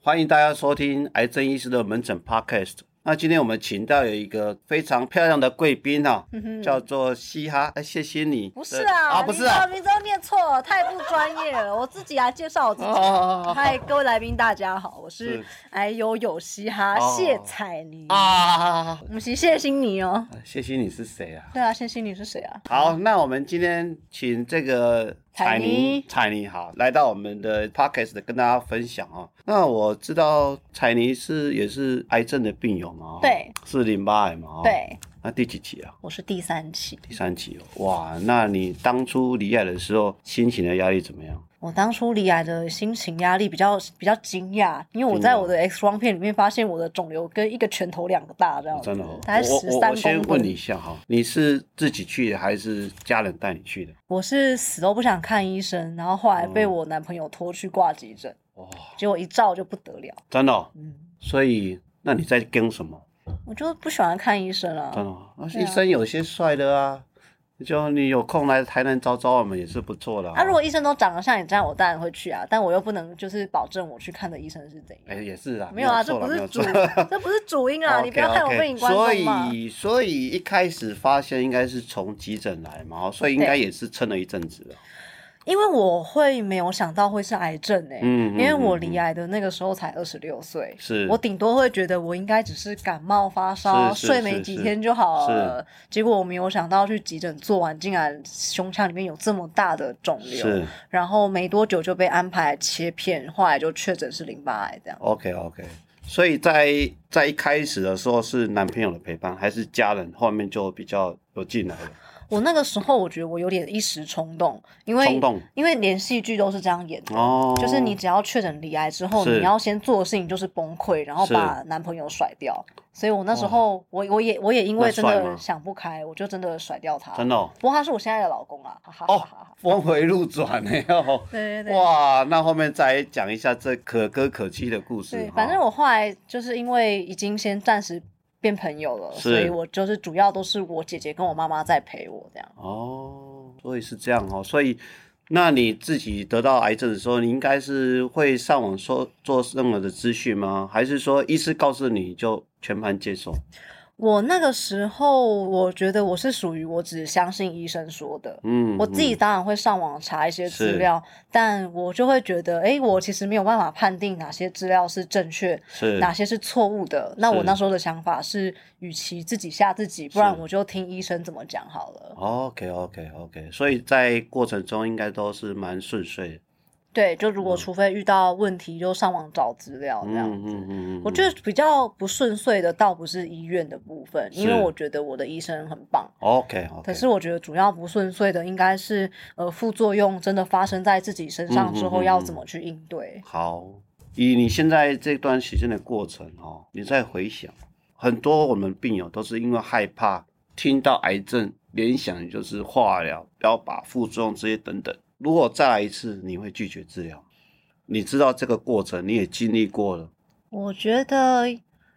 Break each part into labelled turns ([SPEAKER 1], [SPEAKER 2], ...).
[SPEAKER 1] 欢迎大家收听《癌症医师的门诊 Podcast》。那今天我们请到有一个非常漂亮的贵宾哈、
[SPEAKER 2] 嗯哼
[SPEAKER 1] 叫做嘻哈，哎，谢谢你。
[SPEAKER 2] 不是啊，
[SPEAKER 1] 啊，不是啊，
[SPEAKER 2] 你名字都念错了，太不专业了。我自己来介绍我自己。
[SPEAKER 1] 哦
[SPEAKER 2] 嗨，各位来宾，大家好，我
[SPEAKER 1] 是
[SPEAKER 2] 是哎呦有嘻哈
[SPEAKER 1] 哦
[SPEAKER 2] 谢彩妮。
[SPEAKER 1] 啊，
[SPEAKER 2] 我们是谢欣妮哦。
[SPEAKER 1] 谢谢你是谁啊？
[SPEAKER 2] 对啊，谢欣妮是谁啊？
[SPEAKER 1] 好，那我们今天请这个
[SPEAKER 2] 彩
[SPEAKER 1] 妮
[SPEAKER 2] 妮，
[SPEAKER 1] 彩妮好，来到我们的 podcast 跟大家分享哦。那我知道彩妮是也是癌症的病友嘛、哦，
[SPEAKER 2] 对，
[SPEAKER 1] 是淋巴癌嘛、哦，。
[SPEAKER 2] 对，
[SPEAKER 1] 那第几集啊？
[SPEAKER 2] 我是第三期。
[SPEAKER 1] 第三集哦。哇，那你当初离癌的时候，心情的压力怎么样？
[SPEAKER 2] 我当初离癌的心情压力比较比较惊讶，因为我在我的 X 光片里面发现我的肿瘤跟一个拳头两个大这样子
[SPEAKER 1] 真的哦，
[SPEAKER 2] 大概
[SPEAKER 1] 我
[SPEAKER 2] 十
[SPEAKER 1] 我
[SPEAKER 2] 三
[SPEAKER 1] 我先
[SPEAKER 2] 公
[SPEAKER 1] 问
[SPEAKER 2] 分。
[SPEAKER 1] 你一下哈、你是自己去的还是家人带你去的？
[SPEAKER 2] 我是死都不想看医生，然后后来被
[SPEAKER 1] 嗯
[SPEAKER 2] 我男朋友拖去挂急诊，
[SPEAKER 1] 哦，
[SPEAKER 2] 结果一照就不得了。
[SPEAKER 1] 真的、哦，
[SPEAKER 2] 嗯。
[SPEAKER 1] 所以那你在跟什么？
[SPEAKER 2] 我就不喜欢看医生
[SPEAKER 1] 真
[SPEAKER 2] 啊。
[SPEAKER 1] 的哦，那
[SPEAKER 2] 对
[SPEAKER 1] 医
[SPEAKER 2] 啊
[SPEAKER 1] 生有些帅的啊，就你有空来台南找找我们也是不错的、
[SPEAKER 2] 啊，如果医生都长得像你这样，我当然会去啊，但我又不能就是保证我去看的医生是怎
[SPEAKER 1] 哎、
[SPEAKER 2] 样。
[SPEAKER 1] 也是啊，
[SPEAKER 2] 没有啊，这
[SPEAKER 1] 错啦
[SPEAKER 2] 不
[SPEAKER 1] 没
[SPEAKER 2] 是
[SPEAKER 1] 有
[SPEAKER 2] 主
[SPEAKER 1] 错，
[SPEAKER 2] 这不是主因啊！你不要看我
[SPEAKER 1] OK，OK
[SPEAKER 2] 被你观众骂
[SPEAKER 1] 所。以，所以一开始发现应该是从急诊来嘛，哦所以应该也是撑了一阵子了。
[SPEAKER 2] 因为我会没有想到会是癌症哎、
[SPEAKER 1] 嗯嗯
[SPEAKER 2] 因为
[SPEAKER 1] 嗯
[SPEAKER 2] 我
[SPEAKER 1] 嗯
[SPEAKER 2] 离癌的那个时候才二十六岁，
[SPEAKER 1] 是
[SPEAKER 2] 我顶多会觉得我应该只是感冒发烧，
[SPEAKER 1] 是是
[SPEAKER 2] 睡
[SPEAKER 1] 是
[SPEAKER 2] 没几
[SPEAKER 1] 是
[SPEAKER 2] 天就好了。结果我没有想到去急诊做完，竟然胸腔里面有这么大的肿瘤，
[SPEAKER 1] 是
[SPEAKER 2] 然后没多久就被安排切片，后来就确诊是淋巴癌这样。
[SPEAKER 1] OK OK，所以在在一开始的时候是男朋友的陪伴，还是家人？后面就比较有进来了，
[SPEAKER 2] 我那个时候我觉得我有点一时冲动，因为
[SPEAKER 1] 冲动
[SPEAKER 2] 因为连戏剧都是这样演的。
[SPEAKER 1] 哦，
[SPEAKER 2] 就是你只要确诊离癌之后，
[SPEAKER 1] 是
[SPEAKER 2] 你要先做的事情就是崩溃，然后把男朋友甩掉。所以我那时候，我我也我也因为真
[SPEAKER 1] 那帅吗
[SPEAKER 2] 的想不开，我就真的甩掉他。
[SPEAKER 1] 真的哦，
[SPEAKER 2] 不过他是我现在的老公啊，哈哈哈
[SPEAKER 1] 哦
[SPEAKER 2] 哈哈。
[SPEAKER 1] 峰回路转呢、哦。
[SPEAKER 2] 对对对。
[SPEAKER 1] 哇，那后面再讲一下这可歌可泣的故事哦
[SPEAKER 2] 对，
[SPEAKER 1] 哈。
[SPEAKER 2] 反正我后来就是因为已经先暂时变朋友了，
[SPEAKER 1] 是
[SPEAKER 2] 所以我就是主要都是我姐姐跟我妈妈在陪我这样。
[SPEAKER 1] 哦，所以是这样哦，所以那你自己得到癌症的时候，你应该是会上网搜做任何的资讯吗？还是说医师告诉你就全盘接受？
[SPEAKER 2] 我那个时候，我觉得我是属于我只相信医生说的，
[SPEAKER 1] 嗯，
[SPEAKER 2] 我自己当然会上网查一些资料，但我就会觉得，诶，我其实没有办法判定哪些资料是正确，
[SPEAKER 1] 是
[SPEAKER 2] 哪些是错误的。那我
[SPEAKER 1] 是
[SPEAKER 2] 那时候的想法是，与其自己吓自己，不然我就听医生怎么讲好了。
[SPEAKER 1] OK OK OK，所以在过程中应该都是蛮顺遂的。
[SPEAKER 2] 对，就如果除非遇到问题，就上网找资料这样
[SPEAKER 1] 嗯
[SPEAKER 2] 子。
[SPEAKER 1] 嗯嗯嗯，
[SPEAKER 2] 我觉得比较不顺遂的，倒不是医院的部分，因为
[SPEAKER 1] 是
[SPEAKER 2] 我觉得我的医生很棒。
[SPEAKER 1] OK OK，
[SPEAKER 2] 可是我觉得主要不顺遂的应该是，呃，副作用真的发生在自己身上
[SPEAKER 1] 嗯
[SPEAKER 2] 之
[SPEAKER 1] 嗯
[SPEAKER 2] 后
[SPEAKER 1] 嗯
[SPEAKER 2] 要
[SPEAKER 1] 嗯
[SPEAKER 2] 怎么去应对。
[SPEAKER 1] 好，以你现在这段时间的过程哦，你再回想，很多我们病友都是因为害怕听到癌症，联想就是化疗、标靶、副作用这些等等。如果再来一次，你会拒绝治疗？你知道这个过程，你也经历过了。
[SPEAKER 2] 我觉得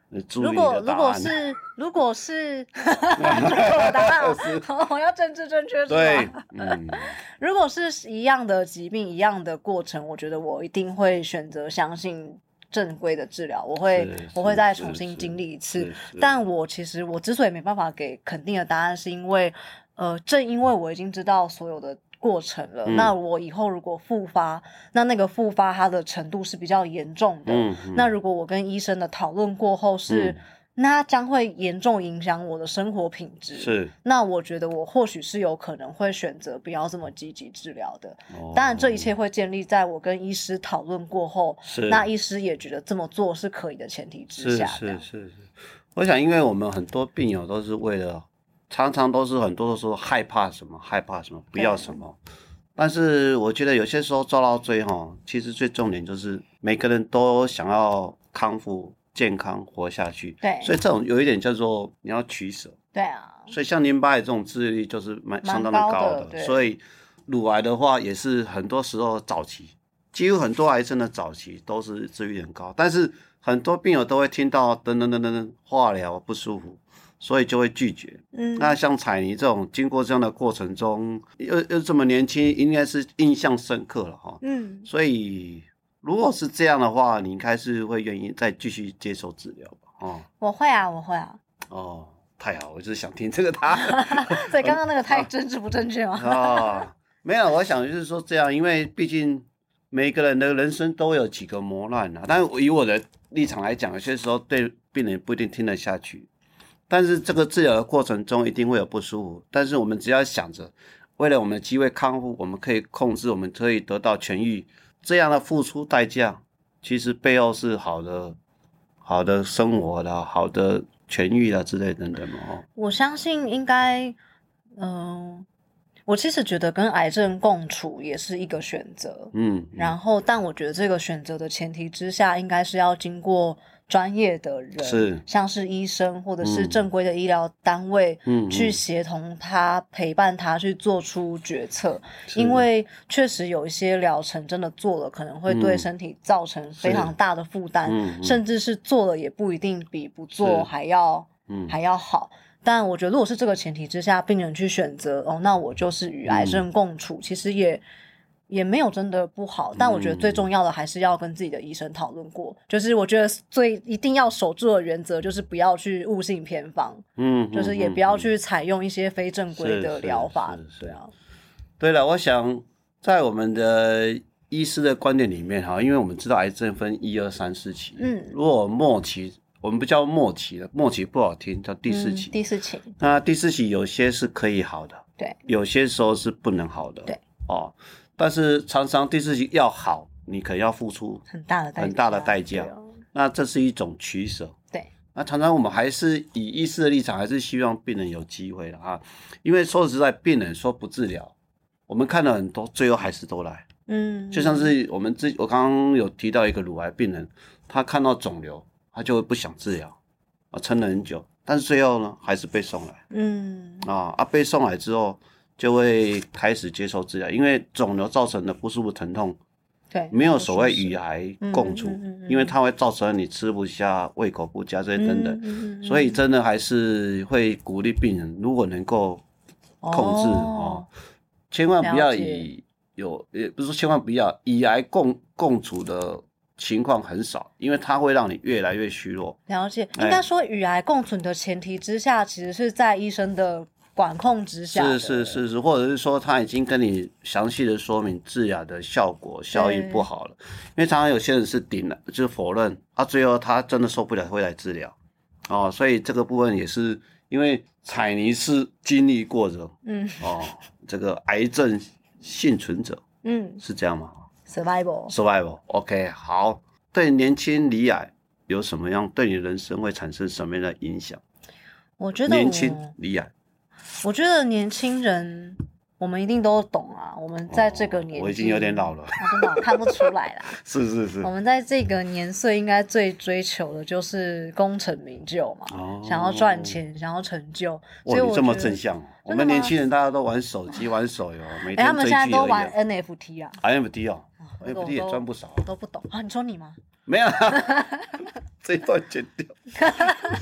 [SPEAKER 1] 你注意
[SPEAKER 2] 如
[SPEAKER 1] 你
[SPEAKER 2] 果
[SPEAKER 1] 的
[SPEAKER 2] 如
[SPEAKER 1] 答
[SPEAKER 2] 果
[SPEAKER 1] 案。
[SPEAKER 2] 是如果是，我答案哦我要政治正确是
[SPEAKER 1] 对
[SPEAKER 2] 吗？，
[SPEAKER 1] 嗯，
[SPEAKER 2] 如果是一样的疾病一样的过程，我觉得我一定会选择相信正规的治疗，我会
[SPEAKER 1] 是
[SPEAKER 2] 我会再
[SPEAKER 1] 是
[SPEAKER 2] 重
[SPEAKER 1] 是
[SPEAKER 2] 新经历一次
[SPEAKER 1] 是。是
[SPEAKER 2] 但我其实我之所以没办法给肯定的答案，是因为呃，正因为我已经知道所有的。过程了，
[SPEAKER 1] 嗯
[SPEAKER 2] 那我以后如果复发，那那个复发它的程度是比较严重的。
[SPEAKER 1] 嗯嗯
[SPEAKER 2] 那如果我跟医生的讨论过后是，
[SPEAKER 1] 嗯
[SPEAKER 2] 那将会严重影响我的生活品质。，
[SPEAKER 1] 是，
[SPEAKER 2] 那我觉得我或许是有可能会选择不要这么积极治疗的。
[SPEAKER 1] 哦
[SPEAKER 2] 当然，这一切会建立在我跟医师讨论过后，
[SPEAKER 1] 是
[SPEAKER 2] 那医师也觉得这么做是可以的前提之
[SPEAKER 1] 是
[SPEAKER 2] 下。这
[SPEAKER 1] 是
[SPEAKER 2] 样
[SPEAKER 1] 是是，我想，因为我们很多病友都是为了，常常都是很多都说害怕什么，害怕什么，不要
[SPEAKER 2] 对
[SPEAKER 1] 什么。但是我觉得有些时候做到最后，其实最重点就是每个人都想要康复、健康活下去。
[SPEAKER 2] 对
[SPEAKER 1] 所以这种有一点叫做你要取舍。
[SPEAKER 2] 对啊，
[SPEAKER 1] 所以像淋巴癌这种治愈率就是蛮
[SPEAKER 2] 蛮
[SPEAKER 1] 相当的
[SPEAKER 2] 高
[SPEAKER 1] 高
[SPEAKER 2] 的
[SPEAKER 1] 的，
[SPEAKER 2] 对
[SPEAKER 1] 所以乳癌的话也是很多时候早期，几乎很多癌症的早期都是治愈率很高，但是很多病友都会听到等等等等等化疗不舒服，所以就会拒绝。
[SPEAKER 2] 嗯，
[SPEAKER 1] 那像彩妮这种经过这样的过程中，又又这么年轻，应该是印象深刻了哈。
[SPEAKER 2] 嗯，
[SPEAKER 1] 所以如果是这样的话，你应该是会愿意再继续接受治疗吧？哦
[SPEAKER 2] 我会啊，我会啊。
[SPEAKER 1] 哦，太好，我就是想听这个答案。
[SPEAKER 2] 所以刚刚那个太政治不正确吗？
[SPEAKER 1] 啊，没有，我想就是说这样，因为毕竟每个人的人生都有几个磨难啊。但是以我的立场来讲，有些时候对病人不一定听得下去，但是这个治疗的过程中一定会有不舒服。但是我们只要想着，为了我们的机会康复，我们可以控制，我们可以得到痊愈，这样的付出代价，其实背后是好的、好的生活啦、好的痊愈啦之类等等嘛。哦，
[SPEAKER 2] 我相信应该，嗯、我其实觉得跟癌症共处也是一个选择。
[SPEAKER 1] 嗯，嗯
[SPEAKER 2] 然后，但我觉得这个选择的前提之下，应该是要经过专业的人，
[SPEAKER 1] 是
[SPEAKER 2] 像是医生或者是
[SPEAKER 1] 嗯
[SPEAKER 2] 正规的医疗单位。
[SPEAKER 1] 嗯嗯
[SPEAKER 2] 去协同他、陪伴他去做出决策，
[SPEAKER 1] 是
[SPEAKER 2] 因为确实有一些疗程真的做了，可能会对
[SPEAKER 1] 嗯
[SPEAKER 2] 身体造成非
[SPEAKER 1] 是
[SPEAKER 2] 常大的负担，
[SPEAKER 1] 嗯嗯
[SPEAKER 2] 甚至是做了也不一定比不
[SPEAKER 1] 是
[SPEAKER 2] 做还要
[SPEAKER 1] 嗯
[SPEAKER 2] 还要好。但我觉得，如果是这个前提之下，病人去选择哦，那我就是与癌
[SPEAKER 1] 嗯
[SPEAKER 2] 症共处，其实也也没有真的不好。但我觉得最
[SPEAKER 1] 嗯
[SPEAKER 2] 重要的还是要跟自己的医生讨论过，就是我觉得最一定要守住的原则就是不要去误信偏方，
[SPEAKER 1] 嗯，
[SPEAKER 2] 就是也
[SPEAKER 1] 嗯
[SPEAKER 2] 不要。
[SPEAKER 1] 嗯嗯
[SPEAKER 2] 去采用一些非正规
[SPEAKER 1] 是
[SPEAKER 2] 的
[SPEAKER 1] 是
[SPEAKER 2] 疗法
[SPEAKER 1] 是，是
[SPEAKER 2] 对啊，
[SPEAKER 1] 对了，我想在我们的医师的观点里面哈，因为我们知道癌症分一二三四期，
[SPEAKER 2] 嗯
[SPEAKER 1] 如果末期，我们不叫末期了，末期不好听，叫第四
[SPEAKER 2] 嗯
[SPEAKER 1] 期。
[SPEAKER 2] 第四期，
[SPEAKER 1] 那第四期有些是可以好的，
[SPEAKER 2] 对，
[SPEAKER 1] 有些时候是不能好的，
[SPEAKER 2] 对，
[SPEAKER 1] 哦，但是常常第四期要好，你可能要付出
[SPEAKER 2] 很大的代
[SPEAKER 1] 很大的代价
[SPEAKER 2] 对啊
[SPEAKER 1] 那这是一种取舍。
[SPEAKER 2] 对。
[SPEAKER 1] 那常常我们还是以医师的立场，还是希望病人有机会的啊，因为说实在，病人说不治疗，我们看了很多，最后还是都来。
[SPEAKER 2] 嗯，
[SPEAKER 1] 就像是我们之我刚刚有提到一个乳癌病人，他看到肿瘤，他就会不想治疗，啊，撑了很久，但是最后呢，还是被送来
[SPEAKER 2] 嗯
[SPEAKER 1] 啊啊，被送来之后就会开始接受治疗，因为肿瘤造成的不舒服疼痛
[SPEAKER 2] 对，
[SPEAKER 1] 没有所谓
[SPEAKER 2] 嗯就是
[SPEAKER 1] 与癌共处，
[SPEAKER 2] 嗯嗯嗯嗯嗯
[SPEAKER 1] 因为它会造成你吃不下、胃口不佳这些等等，
[SPEAKER 2] 嗯嗯嗯
[SPEAKER 1] 所以
[SPEAKER 2] 嗯
[SPEAKER 1] 真的还是会鼓励病人，如果能够控制哦
[SPEAKER 2] 哦，
[SPEAKER 1] 千万不要
[SPEAKER 2] 了解
[SPEAKER 1] 以有也不是说千万不要以癌共共处的情况很少，因为它会让你越来越虚弱。
[SPEAKER 2] 了解，
[SPEAKER 1] 哎
[SPEAKER 2] 应该说与癌共存的前提之下，其实是在医生的管控之下
[SPEAKER 1] 是
[SPEAKER 2] 的。
[SPEAKER 1] 是是是，或者是说他已经跟你详细的说明治疗的效果效益
[SPEAKER 2] 对
[SPEAKER 1] 不好了，因为常常有些人是顶了就是否认啊，最后他真的受不了会来治疗，哦，所以这个部分也是因为彩泥是经历过的
[SPEAKER 2] 嗯
[SPEAKER 1] 哦， 这个癌症幸存者
[SPEAKER 2] 嗯
[SPEAKER 1] 是这样吗？
[SPEAKER 2] ，survival。
[SPEAKER 1] survival。OK，好，对年轻离癌有什么样对你人生会产生什么样的影响？
[SPEAKER 2] 我觉得
[SPEAKER 1] 年
[SPEAKER 2] 我，
[SPEAKER 1] 轻离癌，
[SPEAKER 2] 我觉得年轻人，我们一定都懂啊。我们在这个年纪，
[SPEAKER 1] 哦我已经有点老了，
[SPEAKER 2] 啊，真的啊看不出来啦。
[SPEAKER 1] 是是是
[SPEAKER 2] 我，们在这个年岁，应该最追求的就是功成名就嘛，
[SPEAKER 1] 哦
[SPEAKER 2] 想要赚。钱，想要成就。所
[SPEAKER 1] 哇，
[SPEAKER 2] 以
[SPEAKER 1] 你
[SPEAKER 2] 我
[SPEAKER 1] 这么
[SPEAKER 2] 觉得
[SPEAKER 1] 正向哦，我
[SPEAKER 2] 真的
[SPEAKER 1] 们年
[SPEAKER 2] 吗
[SPEAKER 1] 轻人大家都玩手机、玩手游，每
[SPEAKER 2] 哎，他
[SPEAKER 1] 天
[SPEAKER 2] 们
[SPEAKER 1] 追
[SPEAKER 2] 现在
[SPEAKER 1] 剧
[SPEAKER 2] 都
[SPEAKER 1] 而
[SPEAKER 2] 玩
[SPEAKER 1] 已。
[SPEAKER 2] NFT 啊，
[SPEAKER 1] IMD 哦
[SPEAKER 2] 那个我
[SPEAKER 1] ，IMD 也
[SPEAKER 2] 都
[SPEAKER 1] 赚不少，
[SPEAKER 2] 都不懂啊。你说你吗？
[SPEAKER 1] 没有啦， 这一段剪 掉，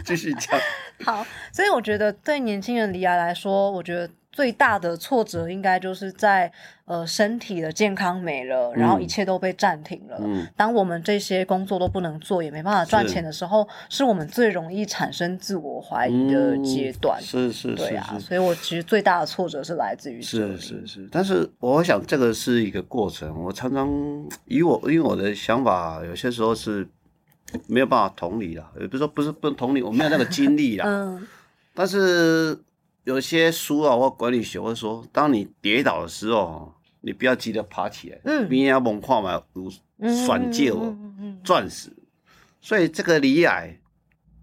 [SPEAKER 1] 继续讲。
[SPEAKER 2] 好，所以我觉得对年轻人离癌来说，我觉得最大的挫折应该就是在呃身体的健康没了，然后
[SPEAKER 1] 嗯
[SPEAKER 2] 一切都被暂停了。
[SPEAKER 1] 嗯，
[SPEAKER 2] 当我们这些工作都不能做，也没办法赚
[SPEAKER 1] 是
[SPEAKER 2] 钱的时候，是我们最容易产生自我怀疑的
[SPEAKER 1] 嗯
[SPEAKER 2] 阶段。
[SPEAKER 1] 是是
[SPEAKER 2] 对
[SPEAKER 1] 是
[SPEAKER 2] 啊，
[SPEAKER 1] 是。
[SPEAKER 2] 所以我嗯其实最大的挫折是来自于这
[SPEAKER 1] 是
[SPEAKER 2] 里
[SPEAKER 1] 是是，但是我想这个是一个过程。我常常以我因为我的想法，有些时候是没有办法同理啦，也不是说不是不能同理，我没有那个经历啦。
[SPEAKER 2] 嗯，
[SPEAKER 1] 但是有些书啊或管理学会说，当你跌倒的时候，你不要急着爬起来，
[SPEAKER 2] 嗯
[SPEAKER 1] 你也要猛跨嘛，如
[SPEAKER 2] 嗯
[SPEAKER 1] 转借我
[SPEAKER 2] 嗯嗯嗯嗯
[SPEAKER 1] 钻石。所以这个离癌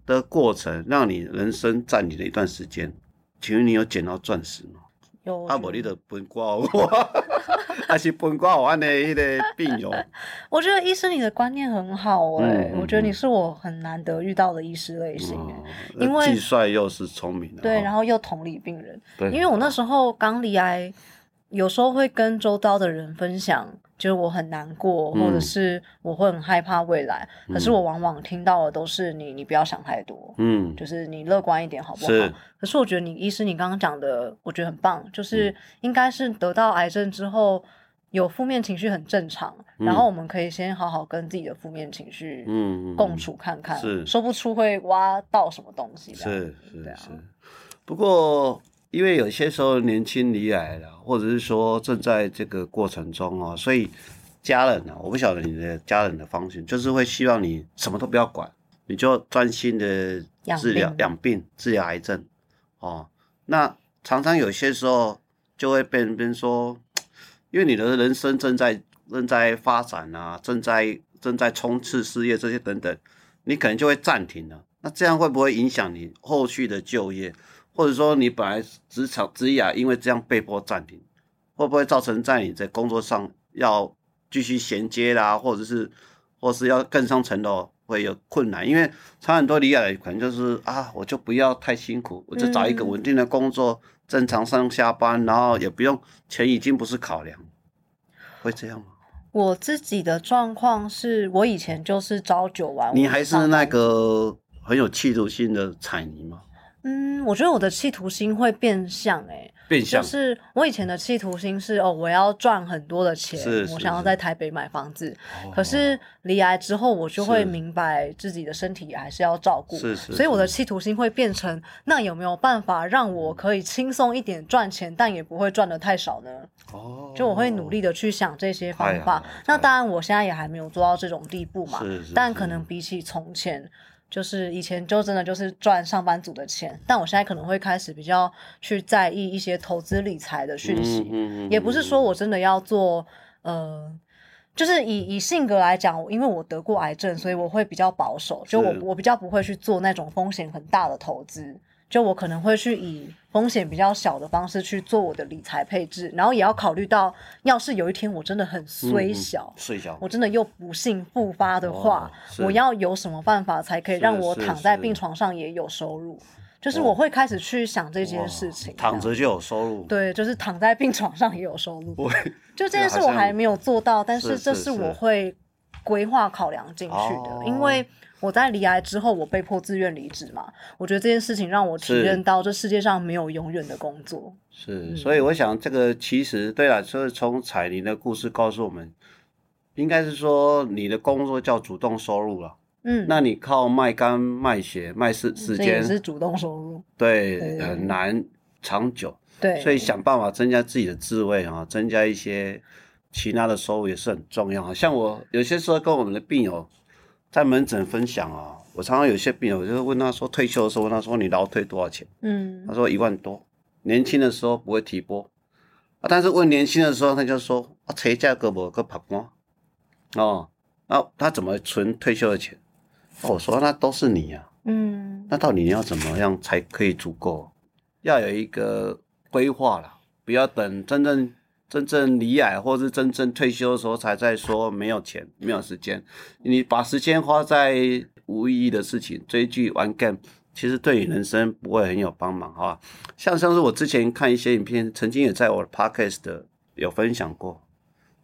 [SPEAKER 1] 的过程，让你人生占领了一段时间。请问你有捡到钻石吗？
[SPEAKER 2] 有
[SPEAKER 1] 啊，无你就分割我， 啊是分割我安尼迄个病友。
[SPEAKER 2] 我觉得医生你的观念很好哎、
[SPEAKER 1] 嗯嗯
[SPEAKER 2] 我觉得
[SPEAKER 1] 嗯
[SPEAKER 2] 你是我很难得遇到的医师类型哎、
[SPEAKER 1] 哦
[SPEAKER 2] 因为
[SPEAKER 1] 既帅又是聪明的。
[SPEAKER 2] 对，然
[SPEAKER 1] 后
[SPEAKER 2] 后又同理病人，
[SPEAKER 1] 对，
[SPEAKER 2] 因为我那时候刚离癌，有时候会跟周遭的人分享，就是我很难过，
[SPEAKER 1] 嗯
[SPEAKER 2] 或者是我会很害怕未来，可是我往往听到的都是你，你不要想太多，
[SPEAKER 1] 嗯
[SPEAKER 2] 就是你乐观一点好不好？
[SPEAKER 1] 是
[SPEAKER 2] 可是
[SPEAKER 1] 嗯
[SPEAKER 2] 我觉得你医师你刚刚讲的，我觉得很棒，就是应该是得到癌症之后，有负面情绪很正常，然后我们可以先好好跟自己的负面情绪
[SPEAKER 1] 嗯嗯，嗯
[SPEAKER 2] 共处看看，
[SPEAKER 1] 是
[SPEAKER 2] 说不出会挖到什么东西的。
[SPEAKER 1] 是是
[SPEAKER 2] 对啊
[SPEAKER 1] 是。不过，因为有些时候年轻离癌了，或者是说正在这个过程中哦，所以家人啊，我不晓得你的家人的方向，就是会希望你什么都不要管，你就专心的
[SPEAKER 2] 养
[SPEAKER 1] 治疗
[SPEAKER 2] 病
[SPEAKER 1] 养病、治疗癌症哦。那常常有些时候就会被人说，因为你的人生正在正在发展啊，正在正在冲刺事业这些等等，你可能就会暂停了。那这样会不会影响你后续的就业，或者说你本来职场职涯因为这样被迫暂停，会不会造成在你在工作上要继续衔接啦，或者是或是要更上层楼会有困难？因为他很多理解可能就是啊，我就不要太辛苦，我就找一个
[SPEAKER 2] 嗯
[SPEAKER 1] 稳定的工作，正常上下班，然后也不用钱，已经不是考量，会这样吗？
[SPEAKER 2] 我自己的状况是我以前就是朝九晚五，
[SPEAKER 1] 你还是
[SPEAKER 2] 啊
[SPEAKER 1] 那，个很有企图心的彩泥吗？
[SPEAKER 2] 嗯，我觉得我的企图心会变相哎、欸
[SPEAKER 1] 变
[SPEAKER 2] 就
[SPEAKER 1] 相
[SPEAKER 2] 是我以前的企图心是哦，我要赚很多的钱，
[SPEAKER 1] 是是
[SPEAKER 2] 我想要
[SPEAKER 1] 是
[SPEAKER 2] 在台北买房子。
[SPEAKER 1] 哦
[SPEAKER 2] 可是离癌之后，我就会
[SPEAKER 1] 是
[SPEAKER 2] 明白自己的身体还是要照顾，
[SPEAKER 1] 是是，
[SPEAKER 2] 所以我的
[SPEAKER 1] 是
[SPEAKER 2] 企图心会变成，那有没有办法让我可以轻松一点赚钱，但也不会赚的太少呢？
[SPEAKER 1] 哦，
[SPEAKER 2] 就我会努力的去想这些
[SPEAKER 1] 哎
[SPEAKER 2] 方
[SPEAKER 1] 呀
[SPEAKER 2] 法。那
[SPEAKER 1] 哎
[SPEAKER 2] 当然，我现在也还没有做到这种地步嘛，
[SPEAKER 1] 是嗯是
[SPEAKER 2] 但
[SPEAKER 1] 是
[SPEAKER 2] 可能比起从前。就是以前就真的就是赚上班族的钱，但我现在可能会开始比较去在意一些投资理财的讯息，
[SPEAKER 1] 嗯
[SPEAKER 2] 也不是说我真的要做，呃，就是以以性格来讲，因为我得过癌症，所以我会比较保守，就我
[SPEAKER 1] 是
[SPEAKER 2] 我比较不会去做那种风险很大的投资，就我可能会去以风险比较小的方式去做我的理财配置，然后也要考虑到，要是有一天我真的很
[SPEAKER 1] 嗯
[SPEAKER 2] 衰小。
[SPEAKER 1] 睡觉，
[SPEAKER 2] 我真的又不幸复发的
[SPEAKER 1] 哦，
[SPEAKER 2] 话
[SPEAKER 1] 是
[SPEAKER 2] 我要有什么办法才可以
[SPEAKER 1] 是
[SPEAKER 2] 让我
[SPEAKER 1] 是
[SPEAKER 2] 躺在
[SPEAKER 1] 是
[SPEAKER 2] 病床上也有收入？就是
[SPEAKER 1] 哦
[SPEAKER 2] 我会开始去想这件
[SPEAKER 1] 哇
[SPEAKER 2] 事情，这
[SPEAKER 1] 躺
[SPEAKER 2] 样
[SPEAKER 1] 着就有收入，，
[SPEAKER 2] 对，就是躺在病床上也有收入。
[SPEAKER 1] 我
[SPEAKER 2] 就这件事
[SPEAKER 1] 好
[SPEAKER 2] 我
[SPEAKER 1] 像
[SPEAKER 2] 还没有做到，但
[SPEAKER 1] 是
[SPEAKER 2] 是这
[SPEAKER 1] 是
[SPEAKER 2] 是
[SPEAKER 1] 是
[SPEAKER 2] 我会规划考量进去的，
[SPEAKER 1] 哦
[SPEAKER 2] 因为我在离癌之后，我被迫自愿离职嘛，我觉得这件事情让我体
[SPEAKER 1] 是
[SPEAKER 2] 认到这世界上没有永远的工作。
[SPEAKER 1] 是，
[SPEAKER 2] 嗯
[SPEAKER 1] 所以我想这个其实对了，就是从彩铃的故事告诉我们，应该是说你的工作叫主动收入了，
[SPEAKER 2] 嗯，
[SPEAKER 1] 那你靠卖肝、卖血、卖时时
[SPEAKER 2] 这也
[SPEAKER 1] 间，
[SPEAKER 2] 是主动收入。
[SPEAKER 1] 对，
[SPEAKER 2] 对
[SPEAKER 1] 很难长久，
[SPEAKER 2] 对，
[SPEAKER 1] 所以想办法增加自己的智慧啊，增加一些其他的收入也是很重要啊。像我有些时候跟我们的病友在门诊分享啊，我常常有些病友就是问他说，退休的时候问他说你劳退多少钱？
[SPEAKER 2] 嗯
[SPEAKER 1] 他，说一万多，年轻的时候不会提拨，啊，但是问年轻的时候，他就说啊，谁价格无个拍光，哦，那、他怎么存退休的钱？哦我说那都是你啊呀、
[SPEAKER 2] 嗯，
[SPEAKER 1] 那到底你要怎么样才可以足够？要有一个规划啦，不要等真正真正离癌或是真正退休的时候才在说没有钱、没有时间。你把时间花在无意义的事情、追剧、玩 game，其实对你人生不会很有帮忙，好吧？像像是我之前看一些影片，曾经也在我的 podcast 的有分享过，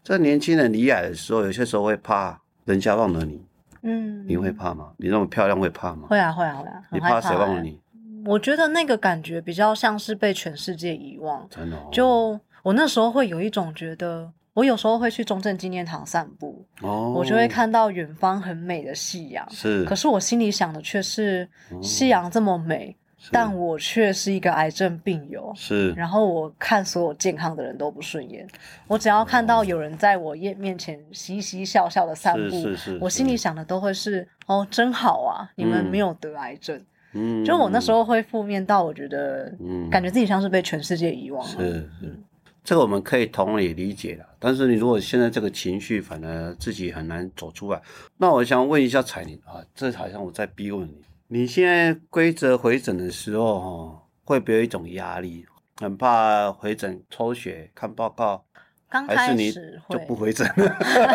[SPEAKER 1] 这年轻人离癌的时候，有些时候会怕人家忘了你，
[SPEAKER 2] 嗯，
[SPEAKER 1] 你会怕吗？你那么漂亮会怕吗？
[SPEAKER 2] 会啊会啊会啊，
[SPEAKER 1] 你
[SPEAKER 2] 很害怕
[SPEAKER 1] 谁忘了
[SPEAKER 2] 欸？
[SPEAKER 1] 你？
[SPEAKER 2] 我觉得那个感觉比较像是被全世界遗忘，
[SPEAKER 1] 真的、哦、
[SPEAKER 2] 就我那时候会有一种觉得，我有时候会去中正纪念堂散步，
[SPEAKER 1] 哦，
[SPEAKER 2] 我就会看到远方很美的夕阳。
[SPEAKER 1] 是，
[SPEAKER 2] 可是我心里想的却是，夕
[SPEAKER 1] 哦
[SPEAKER 2] 阳这么美，
[SPEAKER 1] 是
[SPEAKER 2] 但我却是一个癌症病友。
[SPEAKER 1] 是
[SPEAKER 2] 然后我看所有健康的人都不顺眼，我只要看到有人在我面面前嘻嘻笑笑的散
[SPEAKER 1] 哦是
[SPEAKER 2] 步，
[SPEAKER 1] 是是，
[SPEAKER 2] 我心里
[SPEAKER 1] 是，
[SPEAKER 2] 想的都会是哦，真好啊，你们
[SPEAKER 1] 嗯
[SPEAKER 2] 没有得癌症。
[SPEAKER 1] 嗯
[SPEAKER 2] 就我那时，候会负面到，我觉得
[SPEAKER 1] 嗯
[SPEAKER 2] 感觉自己像是被全世界遗忘了。
[SPEAKER 1] 是是，这个我们可以同理理解了。但是你如果现在这个情绪，反而自己很难走出来。那我想问一下彩玲啊，这好像我在逼问你，你现在规则回诊的时候，哦，会不会有一种压力？很怕回诊抽血看报告，
[SPEAKER 2] 刚
[SPEAKER 1] 还是
[SPEAKER 2] 开
[SPEAKER 1] 你
[SPEAKER 2] 始
[SPEAKER 1] 就
[SPEAKER 2] 会
[SPEAKER 1] 不回诊？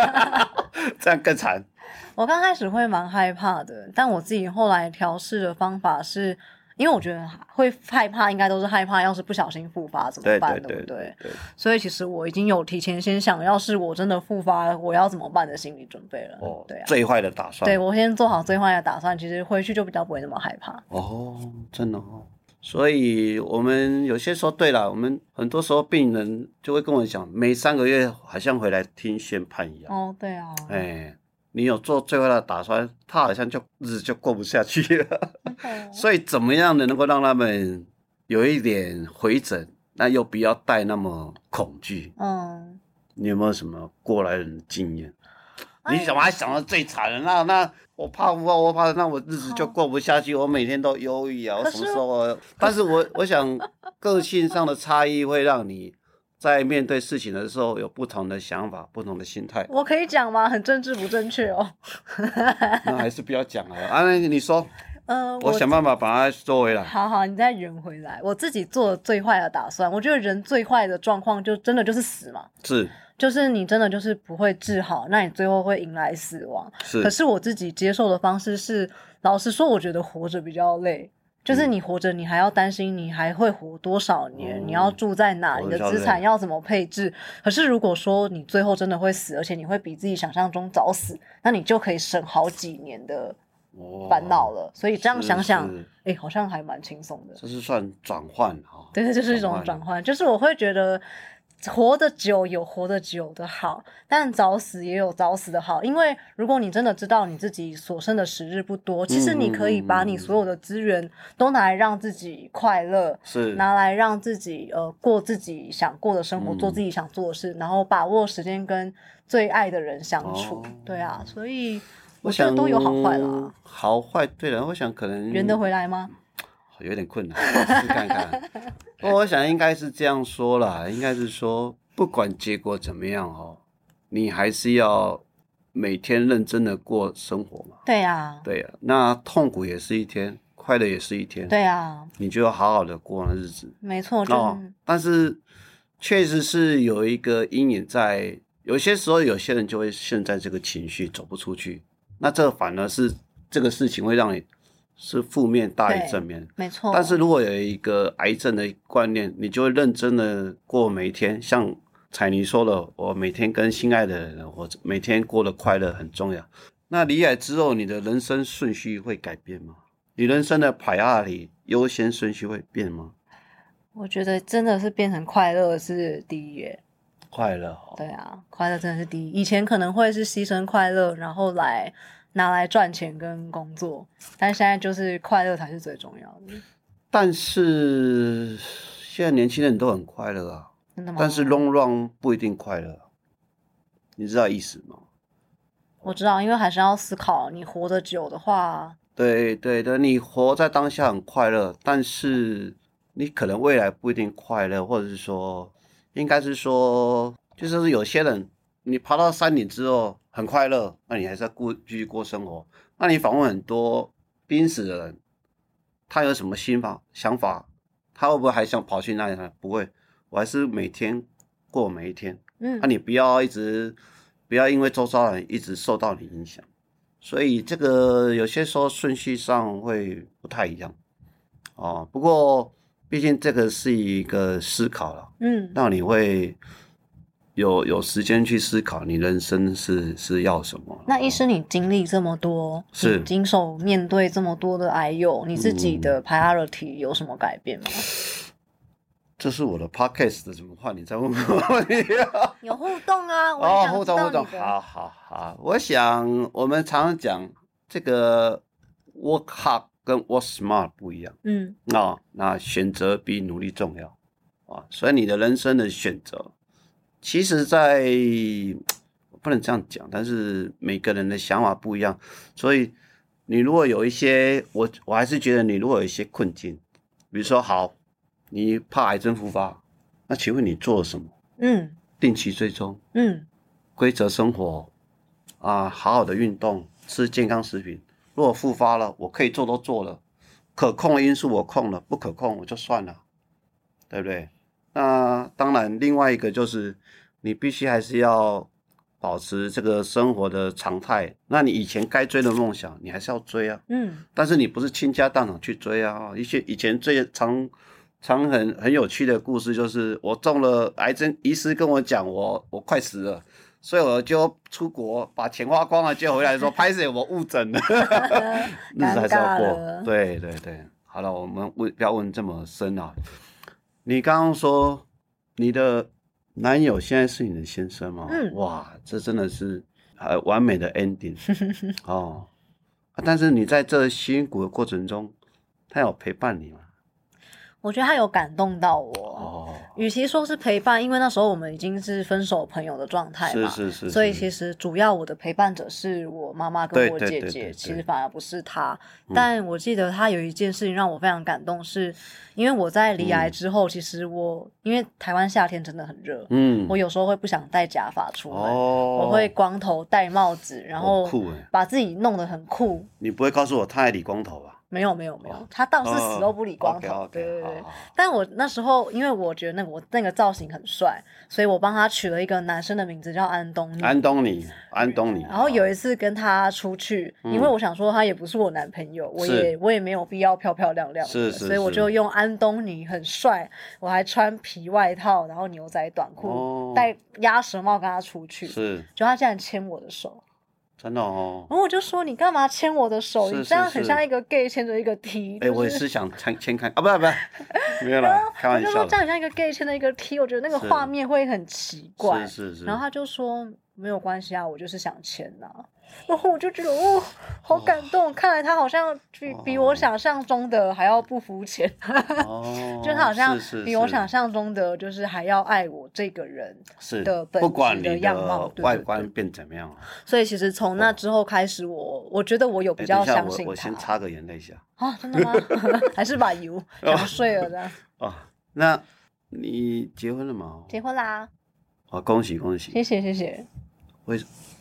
[SPEAKER 1] 这样更惨。
[SPEAKER 2] 我刚开始会蛮害怕的，但我自己后来调试的方法是，因为我觉得会害怕，应该都是害怕，要是不小心复发怎么
[SPEAKER 1] 对对
[SPEAKER 2] 办，
[SPEAKER 1] 对
[SPEAKER 2] 不对？
[SPEAKER 1] 对，
[SPEAKER 2] 所以其实我已经有提前先想，要是我真的复发，我要怎么办的心理准备了。
[SPEAKER 1] 哦
[SPEAKER 2] 对，啊，
[SPEAKER 1] 最坏的打算。
[SPEAKER 2] 对我先做好最坏的打算，其实回去就比较不会那么害怕。
[SPEAKER 1] 哦，真的哦。所以我们有些时候，对了，我们很多时候病人就会跟我讲，每三个月好像回来听宣判一样。
[SPEAKER 2] 哦，对啊，
[SPEAKER 1] 哎，你有做最坏的打算，他好像就日子就过不下去了。
[SPEAKER 2] 哦
[SPEAKER 1] 所以怎么样的能够让他们有一点回诊，那又不要带那么恐惧？
[SPEAKER 2] 嗯，
[SPEAKER 1] 你有没有什么过来人的经验？
[SPEAKER 2] 哎
[SPEAKER 1] 你怎么还想到最惨的？那那我怕不怕？我怕，那我日子就过不下去。我每天都忧郁啊，我
[SPEAKER 2] 可
[SPEAKER 1] 什
[SPEAKER 2] 是。
[SPEAKER 1] 么时候我？但是我我想，个性上的差异会让你在面对事情的时候有不同的想法、不同的心态
[SPEAKER 2] 我可以讲吗？很政治不正确哦。
[SPEAKER 1] 那还是不要讲好了。啊，那你说，
[SPEAKER 2] 嗯，
[SPEAKER 1] 我想办法把它收回来。
[SPEAKER 2] 好好，你再圆回来。我自己做的最坏的打算，我觉得人最坏的状况就真的就是死嘛，
[SPEAKER 1] 是
[SPEAKER 2] 就是你真的就是不会治好，那你最后会迎来死亡。可
[SPEAKER 1] 是
[SPEAKER 2] 是我自己接受的方式是，老实说，我觉得活着比较累。就是
[SPEAKER 1] 嗯
[SPEAKER 2] 你活着，你还要担心你还会活多少年，
[SPEAKER 1] 哦
[SPEAKER 2] 你要住在哪，
[SPEAKER 1] 活
[SPEAKER 2] 你
[SPEAKER 1] 得
[SPEAKER 2] 的
[SPEAKER 1] 比较
[SPEAKER 2] 资产
[SPEAKER 1] 累
[SPEAKER 2] 要怎么配置。可是如果说你最后真的会死，而且你会比自己想象中早死，那你就可以省好几年的烦恼。
[SPEAKER 1] 哦
[SPEAKER 2] 了。所以这样
[SPEAKER 1] 是
[SPEAKER 2] 想想，
[SPEAKER 1] 是
[SPEAKER 2] 哎、好像还蛮轻松的。
[SPEAKER 1] 这是算转换哈。
[SPEAKER 2] 对，这就是一种转换。就是我会觉得，活得久有活得久的好，但早死也有早死的好。因为如果你真的知道你自己所剩的时日不多，其实你可以把你所有的资源都拿来让自己快乐。
[SPEAKER 1] 是
[SPEAKER 2] 拿来让自己呃过自己想过的生活，做
[SPEAKER 1] 嗯
[SPEAKER 2] 自己想做的事，然后把握时间跟最爱的人相处。
[SPEAKER 1] 哦嗯
[SPEAKER 2] 对啊，所以我觉得都有好坏啦。。
[SPEAKER 1] 好坏对了，我想可能
[SPEAKER 2] 圆得回来吗？
[SPEAKER 1] 有点困难，我试看看。不过我想应该是这样说啦，应该是说不管结果怎么样哦，你还是要每天认真的过生活嘛。
[SPEAKER 2] 对啊，
[SPEAKER 1] 对呀、那痛苦也是一天，快乐也是一天，
[SPEAKER 2] 对啊，
[SPEAKER 1] 你就要好好的过那日子。
[SPEAKER 2] 没错，就是、
[SPEAKER 1] 哦，但是确实是有一个阴影在，有些时候有些人就会陷在这个情绪走不出去，那这反而是这个事情会让你是负面大于
[SPEAKER 2] 对
[SPEAKER 1] 正面。
[SPEAKER 2] 没错。
[SPEAKER 1] 但是如果有一个癌症的观念，你就会认真的过每一天。像彩妮说了，我每天跟心爱的人，我每天过得快乐很重要。那离癌之后，你的人生顺序会改变吗？你人生的 priority 优先顺序会变吗？
[SPEAKER 2] 我觉得真的是变成快乐是第一耶，
[SPEAKER 1] 快乐、哦，
[SPEAKER 2] 对啊，快乐真的是第一。以前可能会是牺牲快乐，然后来拿来赚钱跟工作，但现在就是快乐才是最重要的，
[SPEAKER 1] 但是现在年轻人都很快乐啊，
[SPEAKER 2] 真的吗？
[SPEAKER 1] 但是 long run 不一定快乐啊，你知道意思吗？
[SPEAKER 2] 我知道，因为还是要思考，你活得久的话，
[SPEAKER 1] 对对的，你活在当下很快乐，但是你可能未来不一定快乐，或者是说，应该是说，就是有些人你爬到山顶之后很快乐，那你还是要过继续过生活。那你访问很多濒死的人，他有什么心法想法？他会不会还想跑去那里呢？不会，我还是每天过每一天。
[SPEAKER 2] 嗯，
[SPEAKER 1] 那、啊你不要一直不要因为周遭人一直受到你影响，所以这个有些时候顺序上会不太一样哦。不过毕竟这个是一个思考了，
[SPEAKER 2] 嗯，
[SPEAKER 1] 让你会有有时间去思考你人生是是要什么。哦
[SPEAKER 2] 那医生，你经历这么多，
[SPEAKER 1] 是
[SPEAKER 2] 你经手面对这么多的癌友，你自己
[SPEAKER 1] 嗯
[SPEAKER 2] 的 priority 有什么改变吗？
[SPEAKER 1] 这是我的 podcast 的，怎么换？你再问我问题啊？
[SPEAKER 2] 有互动啊， 我
[SPEAKER 1] 哦，
[SPEAKER 2] 很想
[SPEAKER 1] 互
[SPEAKER 2] 知道
[SPEAKER 1] 动互动，
[SPEAKER 2] 你的
[SPEAKER 1] 好好好。我想我们常常讲这个 work hard 跟 work smart 不一样。
[SPEAKER 2] 嗯
[SPEAKER 1] 那、那选择比努力重要啊，所以你的人生的选择，其实在，不能这样讲，但是每个人的想法不一样，所以你如果有一些，我我还是觉得你如果有一些困境，比如说好，你怕癌症复发，那请问你做了什么？
[SPEAKER 2] 嗯
[SPEAKER 1] 定期追踪，
[SPEAKER 2] 嗯，
[SPEAKER 1] 规则生活，啊，好好的运动，吃健康食品。如果复发了，我可以做都做了，可控的因素我控了，不可控我就算了，对不对？那当然，另外一个就是你必须还是要保持这个生活的常态。那你以前该追的梦想，你还是要追啊。
[SPEAKER 2] 嗯，
[SPEAKER 1] 但是你不是倾家荡产去追啊。一些以前最常常很很有趣的故事就是，我中了癌症，医师跟我讲我我快死了，所以我就出国把钱花 光了，就回来说拍摄我误诊了，日子还是要
[SPEAKER 2] 尴尬
[SPEAKER 1] 过
[SPEAKER 2] 了。
[SPEAKER 1] 对对对，好了，我们问不要问这么深啊。你刚刚说你的男友现在是你的先生吗？
[SPEAKER 2] 嗯
[SPEAKER 1] 哇，这真的是呃完美的 ending 哦、啊但是你在这辛苦的过程中，他有陪伴你吗？
[SPEAKER 2] 我觉得他有感动到我。
[SPEAKER 1] 哦，
[SPEAKER 2] 与其说是陪伴，因为那时候我们已经是分手朋友的状态
[SPEAKER 1] 是
[SPEAKER 2] 嘛，
[SPEAKER 1] 是是，
[SPEAKER 2] 所以
[SPEAKER 1] 是
[SPEAKER 2] 其实主要我的陪伴者是我妈妈跟
[SPEAKER 1] 对
[SPEAKER 2] 我
[SPEAKER 1] 对对
[SPEAKER 2] 姐
[SPEAKER 1] 对
[SPEAKER 2] 姐，
[SPEAKER 1] 对
[SPEAKER 2] 其实反而不是她。
[SPEAKER 1] 嗯
[SPEAKER 2] 但我记得她有一件事情让我非常感动是，因为我在离癌
[SPEAKER 1] 嗯
[SPEAKER 2] 之后，其实我因为台湾夏天真的很热，
[SPEAKER 1] 嗯，
[SPEAKER 2] 我有时候会不想戴假发出门，
[SPEAKER 1] 哦，
[SPEAKER 2] 我会光头戴帽子，然
[SPEAKER 1] 哦
[SPEAKER 2] 后
[SPEAKER 1] 酷哎，
[SPEAKER 2] 把自己弄得很酷。
[SPEAKER 1] 你不会告诉我他还理光头吧？
[SPEAKER 2] 没有没有没有
[SPEAKER 1] 哦，
[SPEAKER 2] 他倒是死都不理光头，
[SPEAKER 1] o k
[SPEAKER 2] 对
[SPEAKER 1] o
[SPEAKER 2] 对
[SPEAKER 1] k
[SPEAKER 2] 对。但我那时候，因为我觉得那个我那个造型很帅，所以我帮他取了一个男生的名字叫安东尼。
[SPEAKER 1] 安东尼，安东尼。
[SPEAKER 2] 然后有
[SPEAKER 1] 一
[SPEAKER 2] 一次跟他出去，
[SPEAKER 1] 嗯
[SPEAKER 2] 因为我想说他也不是我男朋友，我
[SPEAKER 1] 是
[SPEAKER 2] 也我也没有必要漂漂亮亮的，
[SPEAKER 1] 是是
[SPEAKER 2] 所以我
[SPEAKER 1] 是
[SPEAKER 2] 就用安东尼很帅，我还穿皮外套，然后牛仔短裤，
[SPEAKER 1] 哦
[SPEAKER 2] 戴鸭舌帽跟他出去，
[SPEAKER 1] 是
[SPEAKER 2] 就他竟然牵我的手，
[SPEAKER 1] 真的哦。
[SPEAKER 2] 然后我就说你干嘛牵我的手？
[SPEAKER 1] 是
[SPEAKER 2] 你
[SPEAKER 1] 是
[SPEAKER 2] 这样很
[SPEAKER 1] 是
[SPEAKER 2] 像一个 gay 牵着一个 T，、就
[SPEAKER 1] 哎，我也是想先先看啊，不是不 是，没有啦，开
[SPEAKER 2] 我
[SPEAKER 1] 玩
[SPEAKER 2] 就
[SPEAKER 1] 笑
[SPEAKER 2] 说这
[SPEAKER 1] 的。
[SPEAKER 2] 样很像一个 gay 牵着一个 T，我觉得那个
[SPEAKER 1] 是
[SPEAKER 2] 画面会很奇怪。
[SPEAKER 1] 是是是。
[SPEAKER 2] 然后他就说没有关系啊，我就是想签呐、然后我就觉得哦，好感动，看来他好像比比我
[SPEAKER 1] 哦
[SPEAKER 2] 想象中的还要不肤浅，
[SPEAKER 1] 哦，
[SPEAKER 2] 就他好像
[SPEAKER 1] 是是
[SPEAKER 2] 比我
[SPEAKER 1] 是
[SPEAKER 2] 想象中的就是还要爱我这个人。
[SPEAKER 1] 是
[SPEAKER 2] 的本
[SPEAKER 1] 不管
[SPEAKER 2] 质
[SPEAKER 1] 你
[SPEAKER 2] 的样貌对
[SPEAKER 1] 外
[SPEAKER 2] 对
[SPEAKER 1] 观
[SPEAKER 2] 对
[SPEAKER 1] 变怎么样啊，
[SPEAKER 2] 所以其实从那之后开始我，我觉得我有比
[SPEAKER 1] 哎
[SPEAKER 2] 较
[SPEAKER 1] 等一下
[SPEAKER 2] 相
[SPEAKER 1] 我
[SPEAKER 2] 信
[SPEAKER 1] 我
[SPEAKER 2] 他
[SPEAKER 1] 先哦擦个眼泪一下
[SPEAKER 2] 啊，真的吗？ 还是把油想睡了的？
[SPEAKER 1] 哦，那你结婚了吗？
[SPEAKER 2] 结婚啦，
[SPEAKER 1] 哦，恭喜恭喜！
[SPEAKER 2] 谢谢谢谢。
[SPEAKER 1] 会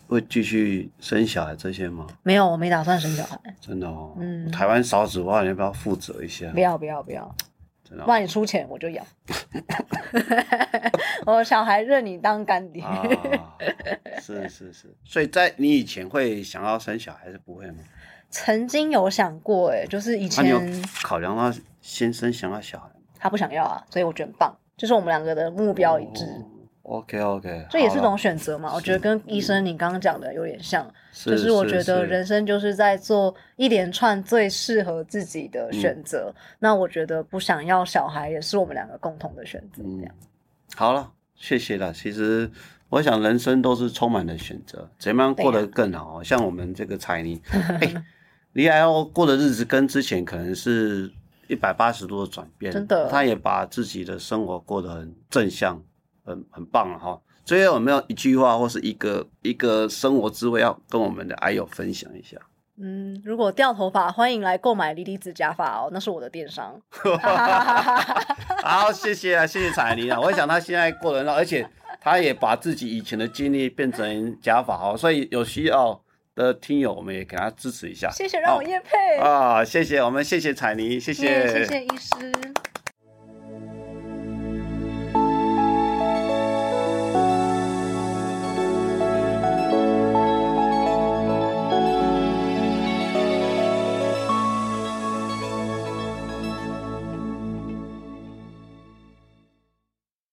[SPEAKER 1] 会继续生小孩这些吗？
[SPEAKER 2] 没有，我没打算生小孩，
[SPEAKER 1] 真的哦，
[SPEAKER 2] 嗯
[SPEAKER 1] 台湾少子化，你要不要负责一下
[SPEAKER 2] 不？要不要不要，
[SPEAKER 1] 真的
[SPEAKER 2] 不
[SPEAKER 1] 哦
[SPEAKER 2] 然你出钱我就养。 我小孩认你当干爹。
[SPEAKER 1] 啊，是是是，所以在你以前会想要生小孩，是不会吗？
[SPEAKER 2] 曾经有想过、欸，哎，就是以
[SPEAKER 1] 那、你有
[SPEAKER 2] 前
[SPEAKER 1] 考量到先生想要小孩吗？
[SPEAKER 2] 他不想要啊，所以我觉得很棒，就是我们两个的目标一致，
[SPEAKER 1] OK OK，
[SPEAKER 2] 这也是种选择嘛。
[SPEAKER 1] 哦是
[SPEAKER 2] 我觉得跟医生你刚刚讲的有点像，就是是我觉得人生就是在做一连串最适合自己的
[SPEAKER 1] 嗯
[SPEAKER 2] 选择。那我觉得不想要小孩也是我们两个共同的选择，这
[SPEAKER 1] 嗯
[SPEAKER 2] 样。，
[SPEAKER 1] 好了，谢谢了。其实我想人生都是充满了选择，怎么样过得更
[SPEAKER 2] 啊
[SPEAKER 1] 好？啊像我们这个彩 妮，哎，离 L 过的日子跟之前可能是一百八十度的转变，
[SPEAKER 2] 真的
[SPEAKER 1] 他也把自己的生活过得很正向，很很棒了哈。最后有没有一句话或是一个一个生活智慧要跟我们的癌友分享一下？
[SPEAKER 2] 嗯，如果掉头发，欢迎来购买莉莉子假发哦，那是我的电商。
[SPEAKER 1] 好，谢谢啊，谢谢彩妮啊。我想她现在过得很好，而且她也把自己以前的经历变成假法哦，所以有需要的听友，我们也给她支持一下。
[SPEAKER 2] 谢谢让我
[SPEAKER 1] 好
[SPEAKER 2] 叶配，
[SPEAKER 1] 啊，谢谢，我们谢谢彩妮，谢
[SPEAKER 2] 嗯耶谢谢医师。